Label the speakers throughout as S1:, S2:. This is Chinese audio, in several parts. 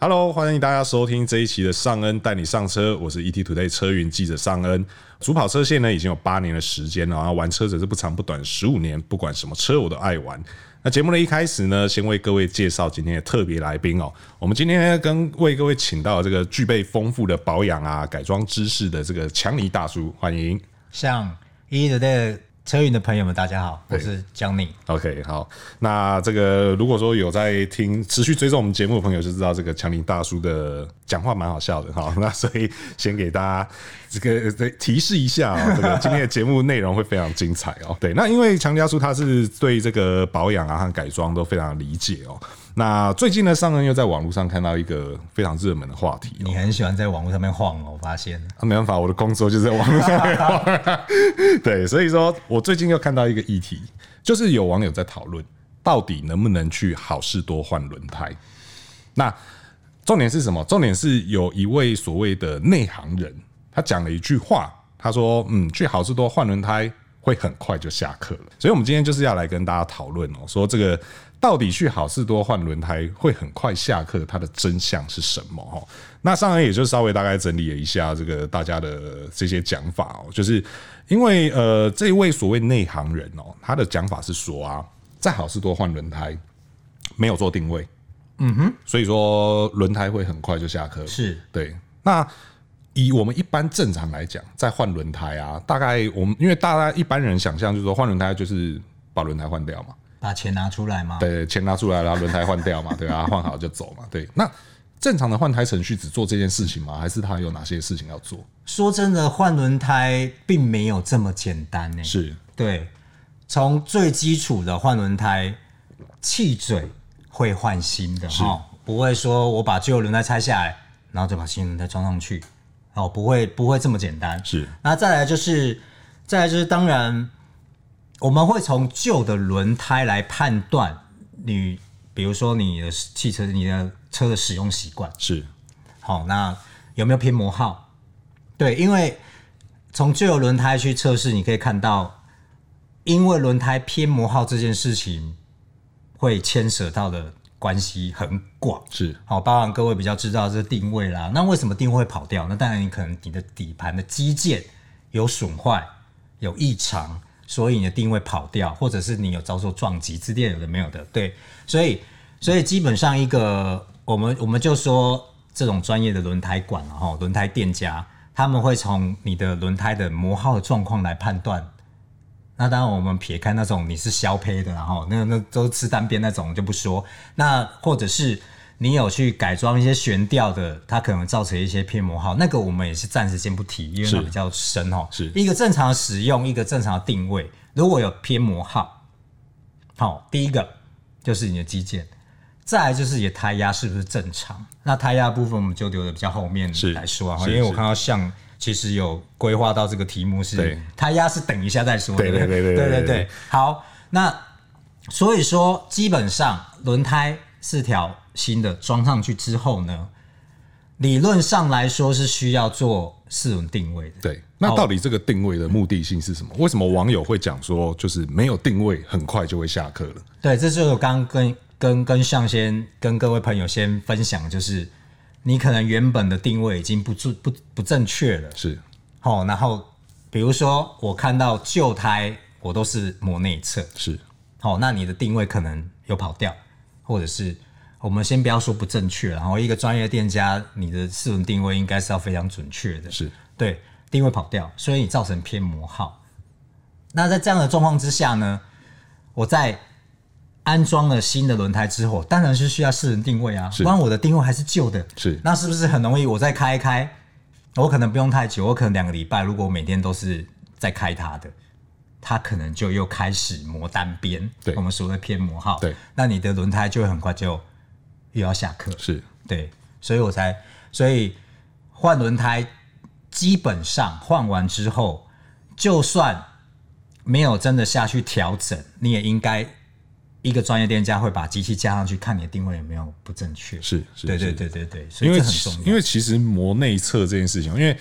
S1: Hello，欢迎大家收听这一期的尚恩带你上车，我是 ETtoday 车云记者尚恩。主跑车线呢已经有八年的时间了，然后玩车则是不长不短十五年，不管什么车我都爱玩。那节目的一开始呢，先为各位介绍今天的特别来宾哦。我们今天跟为各位请到这个具备丰富的保养啊、改装知识的这个强尼大叔，欢迎。
S2: 像一一的的车云的朋友们，大家好，我是江宁。
S1: OK，好，那这个如果说有在听持续追踪我们节目的朋友，就知道这个强林大叔的讲话蛮好笑的哈。 那所以先给大家这个这提示一下哦，这个今天的节目内容会非常精彩哦。对，那因为强林大叔他是对这个保养啊和改装都非常理解哦。那最近呢，上人又在网络上看到一个非常热门的话题哦
S2: 你。很喜欢在网络上面晃哦，我发现
S1: 啊，没办法，我的工作就是在网络上面玩 对，所以说我最近又看到一个议题，就是有网友在讨论，到底能不能去好事多换轮胎？那重点是什么？重点是有一位所谓的内行人，他讲了一句话，他说：“嗯，去好事多换轮胎会很快就下课了。”所以，我们今天就是要来跟大家讨论哦，说这个到底去好事多换轮胎会很快下课，它的真相是什么？哦，那上来也就稍微大概整理了一下这个大家的这些讲法哦，就是因为呃，这位所谓内行人哦，他的讲法是说啊，在好事多换轮胎没有做定位。所以说轮胎会很快就下课。
S2: 是
S1: 对。那以我们一般正常来讲，在换轮胎啊，大概我们因为大家一般人想象就是说换轮胎就是把轮胎换掉嘛，
S2: 把钱拿出来嘛。
S1: 对，钱拿出来，然后轮胎换掉嘛， 对啊，换好就走嘛，对。那正常的换胎程序只做这件事情吗？还是他有哪些事情要做？
S2: 说真的，换轮胎并没有这么简单呢。
S1: 是
S2: 对，从最基础的换轮胎，气嘴会换新的哈，不会说我把旧轮胎拆下来，然后再把新轮胎装上去，哦，不会不会这么简单。
S1: 是
S2: 那再来就是，再来就是，当然我们会从旧的轮胎来判断你，比如说你的汽车、你的车的使用习惯，
S1: 是
S2: 好，那有没有偏磨耗？对，因为从旧的轮胎去测试，你可以看到，因为轮胎偏磨耗这件事情会牵扯到的关系很广，
S1: 是
S2: 好，包含各位比较知道这定位啦。那为什么定位会跑掉？那当然，你可能你的底盘的基建有损坏、有异常，所以你的定位跑掉，或者是你有遭受撞击之类的有的没有的。对，所以所以基本上一个我们我们就说这种专业的轮胎馆然后轮胎店家他们会从你的轮胎的磨耗的状况来判断那当然，我们撇开那种你是削胚的，然后那那都吃单边那种就不说。那或者是你有去改装一些悬吊的，它可能造成一些偏磨耗，那个我们也是暂时先不提，因为那
S1: 是
S2: 比较深哦。
S1: 是
S2: 一个正常的使用，一个正常的定位，如果有偏磨耗，好、第一个就是你的基建。再来就是你的胎压是不是正常？那胎压部分我们就留的比较后面
S1: 是
S2: 来说啊，
S1: 是
S2: 因为我
S1: 是
S2: 看到像其实有规划到这个题目
S1: 对
S2: 是胎压是等一下再说，
S1: 对对对对
S2: 对
S1: 对对
S2: 对对。好，那所以说，基本上轮胎四条新的装上去之后呢，理论上来说是需要做四轮定位的。
S1: 对。那到底这个定位的目的性是什么？为什么网友会讲说，就是没有定位，很快就会下课了？
S2: 对，这就是我刚刚跟跟跟向先跟各位朋友先分享，就是你可能原本的定位已经不正不不正确了。
S1: 是
S2: 哦，然后比如说我看到旧胎，我都是磨内侧，
S1: 是
S2: 好、那你的定位可能有跑掉，或者是我们先不要说不正确，然后一个专业店家，你的四轮定位应该是要非常准确的，
S1: 是
S2: 对，定位跑掉，所以你造成偏磨耗。那在这样的状况之下呢，我在安装了新的轮胎之后，当然是需要四轮定位啊，
S1: 是
S2: 不然我的定位还是旧的，
S1: 是
S2: 那是不是很容易？我再开一开，我可能不用太久，我可能两个礼拜，如果我每天都是在开它的，它可能就又开始磨单边，
S1: 对
S2: 我们所谓偏磨耗，
S1: 对，
S2: 那你的轮胎就会很快就又要下课，
S1: 是
S2: 对，所以我才，所以换轮胎基本上换完之后，就算没有真的下去调整，你也应该一个专业店家会把机器加上去，看你的定位有没有不正确。
S1: 是是，
S2: 对
S1: 是
S2: 对对对对，所
S1: 因
S2: 以
S1: 为
S2: 这很
S1: 其
S2: 重要。
S1: 因为其实磨内侧这件事情，因为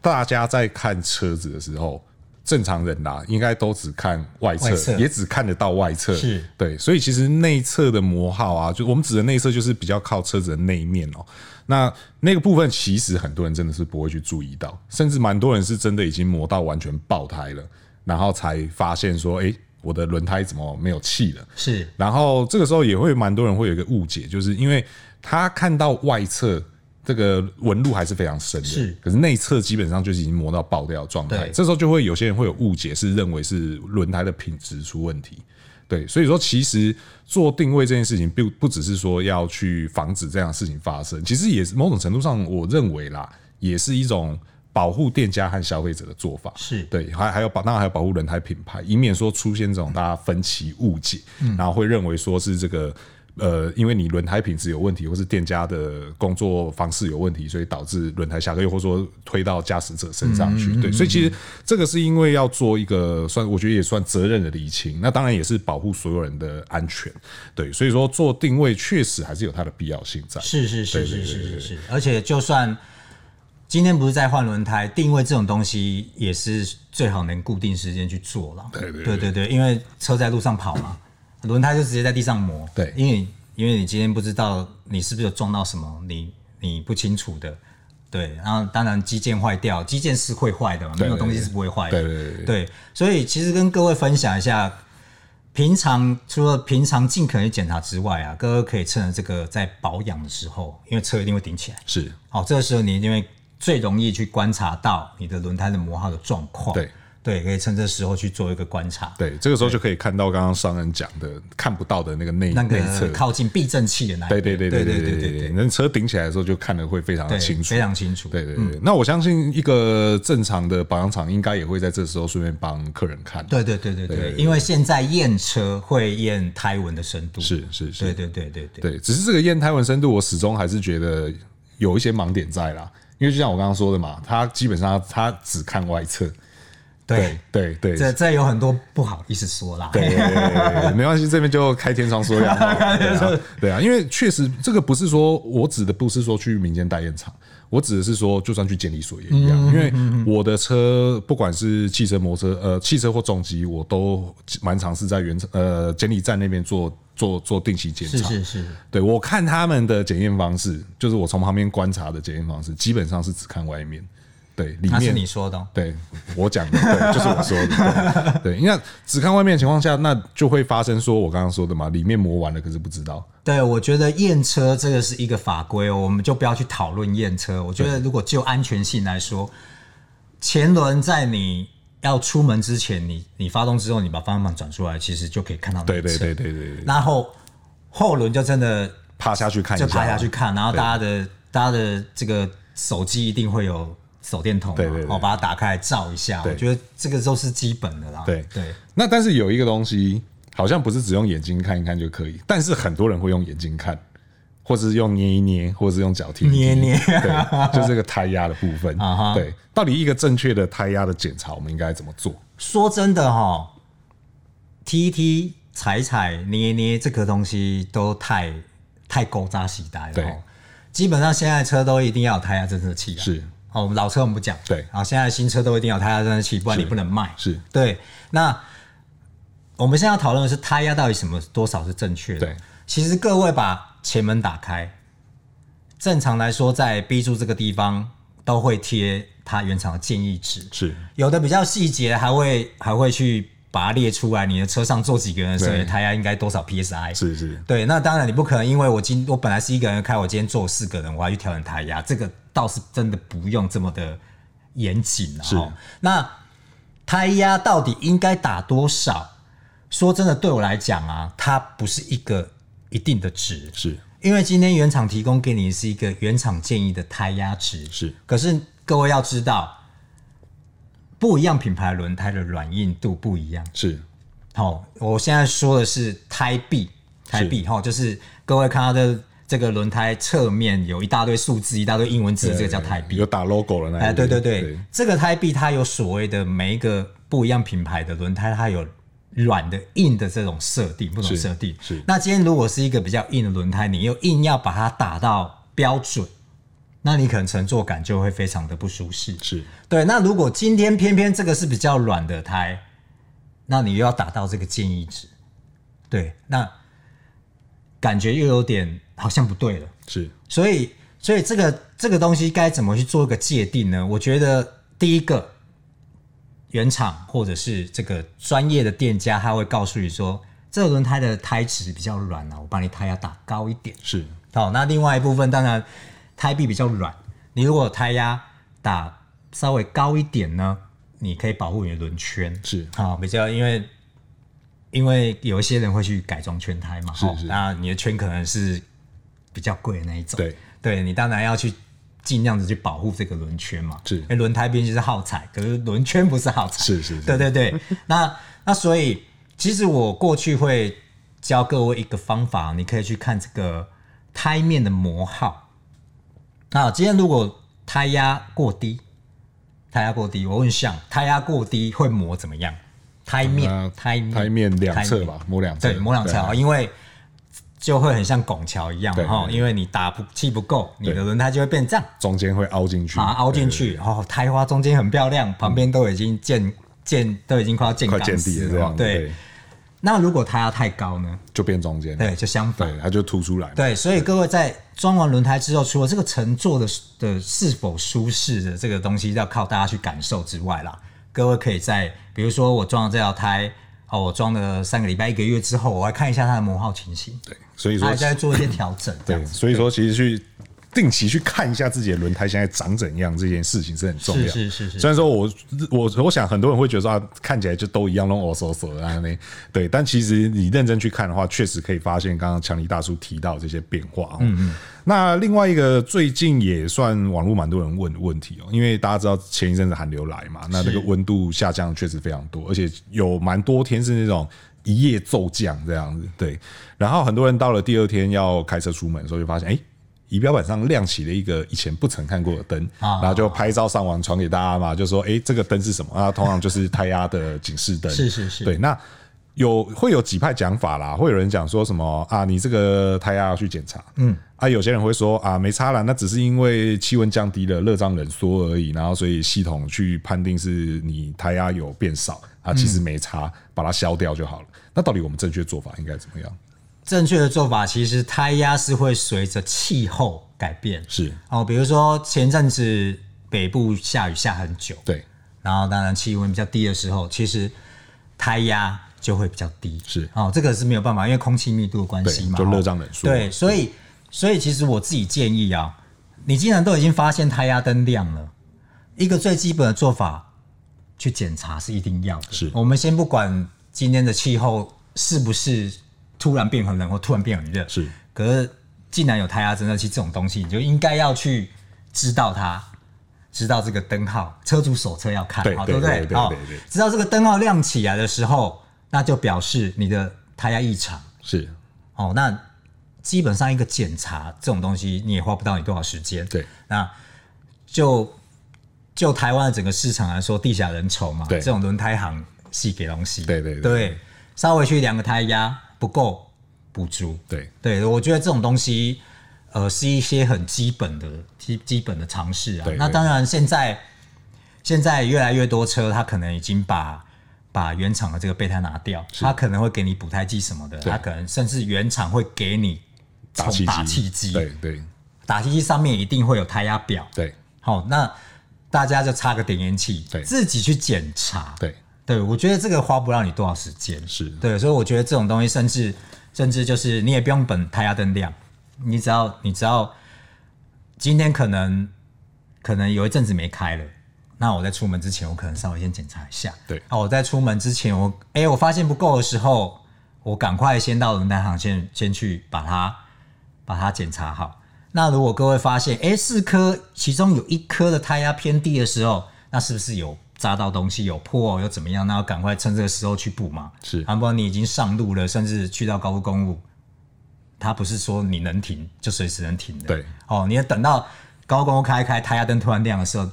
S1: 大家在看车子的时候，正常人啦、应该都只看外
S2: 外
S1: 侧，
S2: 侧
S1: 也只看得到外侧。
S2: 是
S1: 对，所以其实内侧的磨耗啊，就我们指的内侧就是比较靠车子的内面哦。那那个部分，其实很多人真的是不会去注意到，甚至蛮多人是真的已经磨到完全爆胎了，然后才发现说，诶，我的轮胎怎么没有气了？
S2: 是
S1: 然后这个时候也会蛮多人会有一个误解，就是因为他看到外侧这个纹路还是非常深的，
S2: 是
S1: 可是内侧基本上就是已经磨到爆掉的状态
S2: 对。
S1: 这时候就会有些人会有误解，是认为是轮胎的品质出问题。对，所以说其实做定位这件事情，并不只是说要去防止这样的事情发生，其实也是某种程度上，我认为啦，也是一种保护店家和消费者的做法。
S2: 是
S1: 对，还还有保，当然还有保护轮胎品牌，以免说出现这种大家分歧误解，然后会认为说是这个。呃，因为你轮胎品质有问题，或是店家的工作方式有问题，所以导致轮胎下课，又或者说推到驾驶者身上去。对，所以其实这个是因为要做一个算，我觉得也算责任的厘清。那当然也是保护所有人的安全。对，所以说做定位确实还是有它的必要性在。
S2: 是是是
S1: 对
S2: 是
S1: 对
S2: 是
S1: 对
S2: 是是，而且就算今天不是在换轮胎，定位这种东西也是最好能固定时间去做了。
S1: 对对
S2: 对
S1: 对
S2: 对因为车在路上跑嘛，轮胎就直接在地上磨。
S1: 对
S2: 因为因为你今天不知道你是不是有撞到什么，你你不清楚的。对，然后当然机件坏掉，机件是会坏的嘛，没有
S1: 对对
S2: 东西是不会坏的。
S1: 对对对对
S2: 对，所以其实跟各位分享一下，平常除了平常尽可能去检查之外啊，各位可以趁着这个在保养的时候，因为车一定会顶起来，
S1: 是，
S2: 好、这个时候你因为最容易去观察到你的轮胎的磨耗的状况，
S1: 对
S2: 对，可以趁这时候去做一个观察。
S1: 对，这个时候就可以看到刚刚商人讲的看不到的那个内
S2: 那
S1: 内侧
S2: 个。靠近避震器的那一
S1: 对
S2: 边
S1: 对对对对
S2: 哎对
S1: 对
S2: 对
S1: 对对，
S2: 对
S1: 那车顶起来的时候就看得会非常的
S2: 对，
S1: 清楚
S2: 非。常嗯清楚。
S1: 对对对，那我相信一个正常的保养厂应该也会在这时候顺便帮客人看。
S2: 对对对对对
S1: 对
S2: 因为现在验车会验胎纹的深度，
S1: 是是是
S2: 对对对对对，
S1: 对，只是这个验胎纹深度，我始终还是觉得有一些盲点在啦。因为就像我刚刚说的嘛，他基本上他只看外侧。
S2: 对
S1: 对对，对
S2: 这这有很多不好意思说啦，
S1: 对对对没关系，这边就开天窗说亮 话。对啊对啊，因为确实这个不是说我指的不是说去民间代验厂，我指的是说就算去监理所也
S2: 嗯
S1: 一样，因为我的车不管是汽车、摩托车、呃汽车或重机，我都蛮尝试在原厂呃监理站那边做做做定期检查。
S2: 是是是，
S1: 对我看他们的检验方式，就是我从旁边观察的检验方式，基本上是只看外面，对，里
S2: 那是
S1: 面
S2: 你说的哦、
S1: 对我讲的，对，就是我说的，对，对，因为只看外面的情况下，那就会发生说我刚刚说的嘛，里面磨完了，可是不知道，
S2: 对，我觉得验车这个是一个法规哦，我们就不要去讨论验车。我觉得如果就安全性来说，前轮在你要出门之前，你你发动之后，你把方向盘转出来，其实就可以看到你的
S1: 对对
S2: 车
S1: 对对对对，
S2: 然后后轮就真的
S1: 趴下去看一下，
S2: 就趴下去，看，然后大家的大家的这个手机一定会有手电筒嘛，
S1: 对对对
S2: 哦，把它打开来照一下。
S1: 对
S2: 我觉得这个都是基本的啦。
S1: 对
S2: 对，
S1: 那但是有一个东西，好像不是只用眼睛看一看就可以，但是很多人会用眼睛看，或是用捏一捏，或是用脚踢一踢
S2: 捏一捏
S1: 对，就是这个胎压的部分
S2: 啊哈。
S1: 对，到底一个正确的胎压的检查，我们应该怎么做？
S2: 说真的哈、踢踢、踩踩、捏捏这个东西都太太勾扎洗呆了、
S1: 对
S2: 哦。基本上现在车都一定要有胎压侦测器啊。
S1: 是
S2: 哦，我们老车我们不讲。
S1: 对
S2: 啊，现在的新车都一定要有胎压侦测器，不然你不能卖。
S1: 是
S2: 对。那我们现在要讨论的是胎压到底什么多少是正确的？
S1: 对。
S2: 其实各位把前门打开，正常来说在 B 柱这个地方都会贴它原厂的建议值。
S1: 是
S2: 有的比较细节，还会还会去把它列出来。你的车上坐几个人，所以
S1: 对
S2: 胎压应该多少 PSI？
S1: 是是，
S2: 对，那当然你不可能，因为我今我本来是一个人开，我今天坐四个人，我要去调整胎压，这个倒是真的不用这么的严谨了。
S1: 是
S2: 哦那胎压到底应该打多少？说真的，对我来讲啊，它不是一个一定的值，
S1: 是
S2: 因为今天原厂提供给你是一个原厂建议的胎压值，
S1: 是
S2: 可是各位要知道，不一样品牌轮胎的软硬度不一样。
S1: 是
S2: 好、我现在说的是胎壁，胎壁哈、齁就是各位看到的这个轮胎侧面有一大堆数字，一大堆英文字，这个叫胎壁
S1: 有。打 logo 了那一
S2: 哎，对对对，
S1: 对
S2: 这个胎壁它有所谓的每一个不一样品牌的轮胎，它有软的、硬的这种设定，不同
S1: 是
S2: 设定。
S1: 是
S2: 那今天如果是一个比较硬的轮胎，你又硬要把它打到标准，那你可能乘坐感就会非常的不舒适。
S1: 是
S2: 对，那如果今天偏偏这个是比较软的胎，那你又要达到这个建议值，对，那感觉又有点好像不对了。
S1: 是
S2: 所以，所以这个这个东西该怎么去做一个界定呢？我觉得第一个，原厂或者是这个专业的店家，他会告诉你说，这个轮胎的胎质比较软啊，我帮你胎要打高一点。
S1: 是
S2: 好，那另外一部分当然胎壁比较软，你如果胎压打稍微高一点呢，你可以保护你的轮圈。
S1: 是
S2: 好，比较因为因为有一些人会去改装圈胎嘛，
S1: 是
S2: 齁
S1: 是
S2: 那你的圈可能是比较贵的那一种，
S1: 对，
S2: 对你当然要去。尽量的去保护这个轮圈嘛，
S1: 是
S2: 因为轮胎毕竟是耗材，可是轮圈不是耗材，
S1: 是是是
S2: 对对对。那那所以，其实我过去会教各位一个方法，你可以去看这个胎面的磨耗。那今天如果胎压过低，胎压过低，我问向胎压过低会磨怎么样？胎面
S1: 那，
S2: 胎面，
S1: 胎面两侧
S2: 胎
S1: 吧，磨两侧，
S2: 对，磨两侧
S1: 对
S2: 啊，
S1: 啊
S2: 因为就会很像拱桥一样
S1: 对
S2: 哈，
S1: 对
S2: 因为你打不气不够，你的
S1: 对
S2: 轮胎就会变这样。
S1: 中间会凹进去，
S2: 把它凹进
S1: 对嗯
S2: 去，然后胎花中间很漂亮，旁边都已经建建都已经快要建
S1: 快
S2: 钢
S1: 见底
S2: 丝
S1: 了这
S2: 了
S1: 样，。
S2: 对，，那如果胎压太高呢？
S1: 就变中间，
S2: 对，就相反。
S1: 对，它就凸出来，，
S2: 对，所以各位在装完轮胎之后，除了这个乘坐的的是否舒适的这个东西要靠大家去感受之外啦，各位可以在比如说我装了这条胎，哦，我装了三个礼拜、一个月之后，我来看一下它的磨耗情形，
S1: 对，所以
S2: 它
S1: 说
S2: 还在做一些调 整，哎这样
S1: 对，
S2: 子。
S1: 所以说其实去定期去看一下自己的轮胎现在长怎样，这件事情是很重要。
S2: 是是是是
S1: 虽然说我我我想很多人会觉得说、啊、看起来就都一样，弄哦手手的啊那对，但其实你认真去看的话，确实可以发现刚刚强尼大叔提到这些变化、哦。嗯嗯。那另外一个最近也算网络蛮多人问的问题哦，因为大家知道前一阵子寒流来嘛，那那个
S2: 是
S1: 温度下降确实非常多，而且有蛮多天是那种一夜骤降这样子。对，然后很多人到了第二天要开车出门的时候，就发现哎。诶仪表板上亮起了一个以前不曾看过的灯，
S2: 啊
S1: 然后就拍照上网传给大家嘛，就说哎、诶这个灯是什么？啊，通常就是胎压的警示灯。
S2: 是是是
S1: 对。那有会有几派讲法啦，会有人讲说什么啊，你这个胎压要去检查，嗯，啊，有些人会说啊，没差啦，那只是因为气温降低了，热胀冷缩而已，然后所以系统去判定是你胎压有变少
S2: 嗯
S1: 啊，其实没差，把它消掉就好了。那到底我们正确做法应该怎么样？
S2: 正确的做法其实胎压是会随着气候改变，
S1: 是
S2: 哦，比如说前阵子北部下雨下很久，
S1: 对，
S2: 然后当然气温比较低的时候，其实胎压就会比较低，
S1: 是
S2: 哦，这个是没有办法，因为空气密度的关系嘛，
S1: 对就热
S2: 哦
S1: 胀冷缩
S2: 对，所以所以其实我自己建议啊，你既然都已经发现胎压灯亮了，一个最基本的做法，去检查是一定要的。
S1: 是
S2: 我们先不管今天的气候是不是突然变很冷或突然变很热，
S1: 是。
S2: 可是既然有胎压侦测器这种东西，你就应该要去知道它，知道这个灯号，车主手册要看
S1: 对，
S2: 好，
S1: 对
S2: 不
S1: 对对
S2: 好
S1: 对对，
S2: 知道这个灯号亮起来的时候，那就表示你的胎压异常。
S1: 是，
S2: 哦，那基本上一个检查这种东西，你也花不到你多少时间。
S1: 对，
S2: 那就就台湾的整个市场来说，地下人稠嘛，
S1: 对
S2: 这种轮胎行系给东西，
S1: 对对对
S2: 对，稍微去量个胎压不够补足，
S1: 对，
S2: 对，我觉得这种东西，呃，是一些很基本的、基基本的尝试啊
S1: 对。
S2: 那
S1: 对
S2: 当然，现在现在越来越多车，它可能已经把把原厂的这个备胎拿掉，它可能会给你补胎剂什么的，
S1: 对
S2: 它可能甚至原厂会给你
S1: 打气
S2: 充
S1: 机，
S2: 打气机，
S1: 对对
S2: 打气机上面一定会有胎压表。
S1: 对
S2: 好，那大家就插个点烟器
S1: 对，
S2: 自己去检查，
S1: 对，
S2: 对，我觉得这个花不了你多少时间，
S1: 是
S2: 对，所以我觉得这种东西，甚至甚至就是你也不用本胎压灯亮，你只要你只要今天可能可能有一阵子没开了，那我在出门之前，我可能稍微先检查一下，
S1: 对
S2: 啊，我在出门之前，我哎、我发现不够的时候，我赶快先到轮胎行先先去把它把它检查好。那如果各位发现，哎、四颗其中有一颗的胎压偏低的时候，那是不是有扎到东西、有破、有怎么样？那要赶快趁这个时候去补嘛。
S1: 是
S2: 啊，不然你已经上路了，甚至去到高速公路，它不是说你能停就随时能停的。
S1: 对，
S2: 哦，你要等到高速公路开一开，胎压灯突然亮的时候，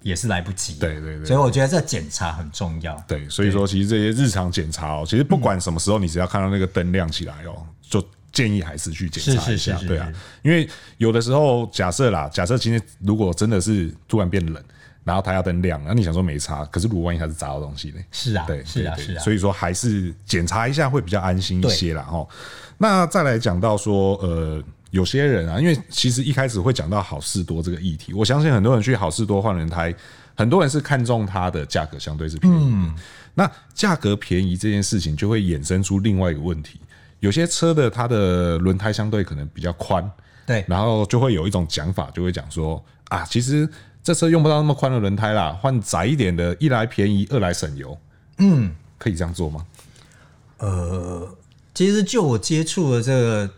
S2: 也是来不及。
S1: 对对对
S2: 所以我觉得这检查很重要。嗯
S1: 对，所以说其实这些日常检查哦，其实不管什么时候，你只要看到那个灯亮起来哦，就建议还是去检查
S2: 是
S1: 一
S2: 是
S1: 下
S2: 是，是
S1: 对啊
S2: 是，
S1: 因为有的时候假设啦，假设今天如果真的是突然变冷，然后它要灯亮，那你想说没差，可是如果万一它是砸到东西呢？
S2: 是啊
S1: 对，，
S2: 是啊，
S1: 对对
S2: 是啊，
S1: 所以说还是检查一下会比较安心一
S2: 对
S1: 些啦。哈。那再来讲到说，呃，有些人啊，因为其实一开始会讲到好事多这个议题，我相信很多人去好事多换轮胎，很多人是看中它的价格相对是便宜的。
S2: 嗯
S1: 那价格便宜这件事情，就会衍生出另外一个问题，有些车的它的轮胎相对可能比较宽，
S2: 对，
S1: 然后就会有一种讲法，就会讲说啊，其实这车用不到那么宽的轮胎啦，换窄一点的，一来便宜，二来省油。嗯，可以这样做吗？
S2: 呃其实就我接触的这个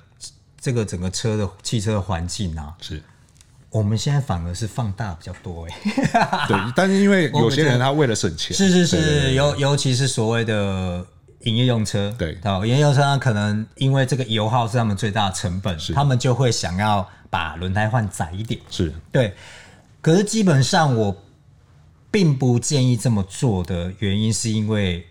S2: 这个整个车的汽车的环境啊，
S1: 是
S2: 我们现在反而是放大比较多哎、
S1: 对，但是因 为有些
S2: 我
S1: 人
S2: 们
S1: 他为了省钱，
S2: 是是
S1: 对对
S2: 是，尤尤其是所谓的营业用车，
S1: 对
S2: 哦，营业用车它可能因为这个油耗是他们最大的成本，他们就会想要把轮胎换窄一点，
S1: 是
S2: 对。可是基本上我并不建议这么做的原因，是因为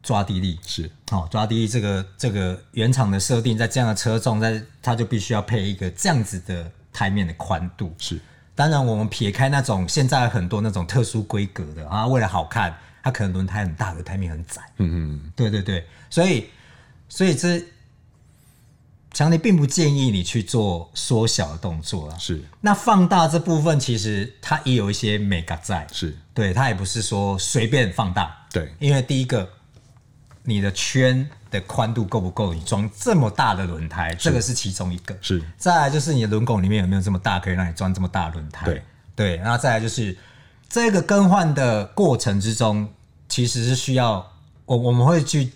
S2: 抓地力，
S1: 是
S2: 哦，抓地力这个这个原厂的设定，在这样的车重，在它就必须要配一个这样子的台面的宽度，
S1: 是
S2: 当然，我们撇开那种现在很多那种特殊规格的啊，为了好看，它可能轮胎很大，可胎面很窄。
S1: 嗯嗯
S2: 对对对，所以所以这强烈并不建议你去做缩小的动作啊。
S1: 是
S2: 那放大这部分，其实它也有一些美感在，
S1: 是，
S2: 对它也不是说随便放大。
S1: 对
S2: 因为第一个，你的圈的宽度够不够？你装这么大的轮胎，这个是其中一个。
S1: 是
S2: 再来就是你的轮拱里面有没有这么大，可以让你装这么大的轮胎？
S1: 对
S2: 对，然后再来就是这个更换的过程之中，其实是需要我我们会去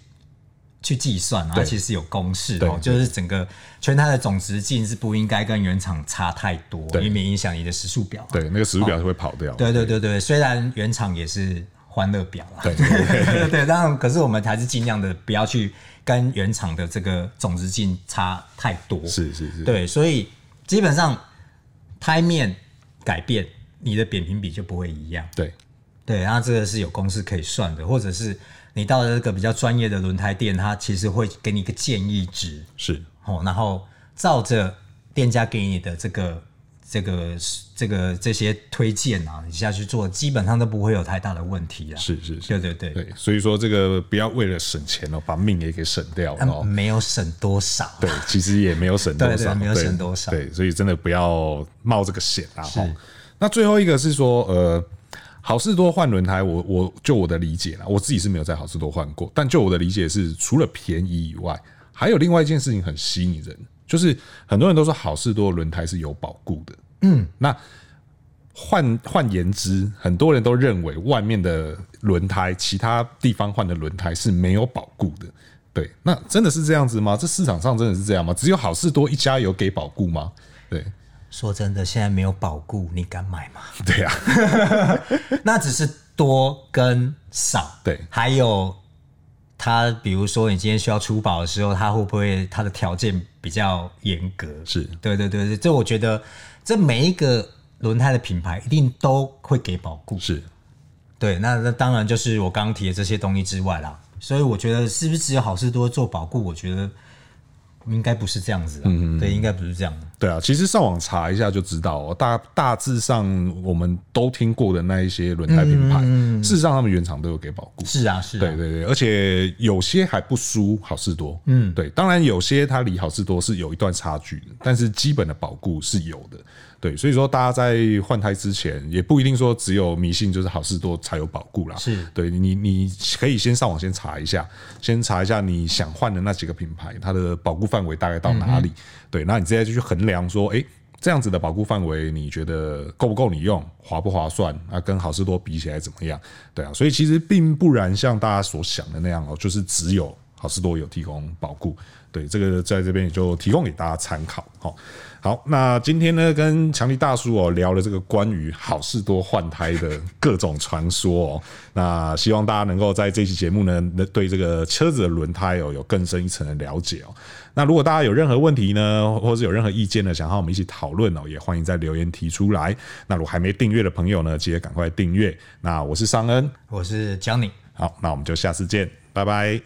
S2: 去计算，然后
S1: 对
S2: 其实有公式
S1: 对
S2: 哦，就是整个全胎的总直径是不应该跟原厂差太多，
S1: 对
S2: 因为影响你的时速表嘛。
S1: 对，那个时速表是会跑掉。
S2: 对对对对，虽然原厂也是欢乐表啦，
S1: 对对
S2: 对 对，当然，可是我们还是尽量的不要去跟原厂的这个总直径差太多。
S1: 是是是，
S2: 对，所以基本上胎面改变，你的扁平比就不会一样。
S1: 对
S2: 对，然后这个是有公式可以算的，或者是你到了这个比较专业的轮胎店，它其实会给你一个建议值，
S1: 是
S2: 哦，然后照着店家给你的这个这个这个这些推荐啊，你下去做，基本上都不会有太大的问题啊。
S1: 是是是，
S2: 对对对，
S1: 对，所以说这个不要为了省钱哦，把命也给省掉了
S2: 嗯
S1: 哦。
S2: 没有省多少。啊
S1: 对，其实也没有省多少，
S2: 对对没有省多少
S1: 对，所以真的不要冒这个险啊！吼那最后一个是说，呃，好事多换轮胎，我我就我的理解啦，我自己是没有在好事多换过，但就我的理解是，除了便宜以外，还有另外一件事情很吸引人，就是很多人都说好事多的轮胎是有保固的，嗯，那。换换言之，很多人都认为外面的轮胎，其他地方换的轮胎是没有保固的。对，那真的是这样子吗？这市场上真的是这样吗？只有好事多一家有给保固吗？对，
S2: 说真的，现在没有保固，你敢买吗？
S1: 对呀、啊，
S2: 那只是多跟少。
S1: 对
S2: 还有它，比如说你今天需要出保的时候，它会不会它的条件比较严格？
S1: 是
S2: 对对对，对这我觉得这每一个轮胎的品牌一定都会给保固。
S1: 是
S2: 对，那那当然就是我刚刚提的这些东西之外啦。所以我觉得是不是只有好事多做保固？我觉得应该不是这样子的，对，应该不是这样的。
S1: 对啊，其实上网查一下就知道、哦，大大致上我们都听过的那一些轮胎品牌，事实上他们原厂都有给保固。
S2: 嗯是啊，是啊，
S1: 对对对，而且有些还不输好事多，嗯，对，当然有些它离好事多是有一段差距的，但是基本的保固是有的，对，所以说大家在换胎之前，也不一定说只有迷信就是好事多才有保固啦，
S2: 是
S1: 对你你可以先上网先查一下，先查一下你想换的那几个品牌，它的保固范围大概到哪里，对，那你直接就去衡量说，诶，这样子的保固范围，你觉得够不够你用，划不划算？啊，跟好事多比起来怎么样？对啊，所以其实并不然像大家所想的那样哦，就是只有好事多有提供保固。对，这个在这边也就提供给大家参考。好，好，那今天呢，跟强力大叔哦聊了这个关于好事多换胎的各种传说哦， 那希望大家能够在这期节目呢，能对这个车子的轮胎哦有更深一层的了解哦。那如果大家有任何问题呢，或者有任何意见呢，想和我们一起讨论哦，也欢迎在留言提出来。那如果还没订阅的朋友呢，记得赶快订阅。那我是尚恩，
S2: 我是 Johnny。
S1: 好，那我们就下次见，拜拜。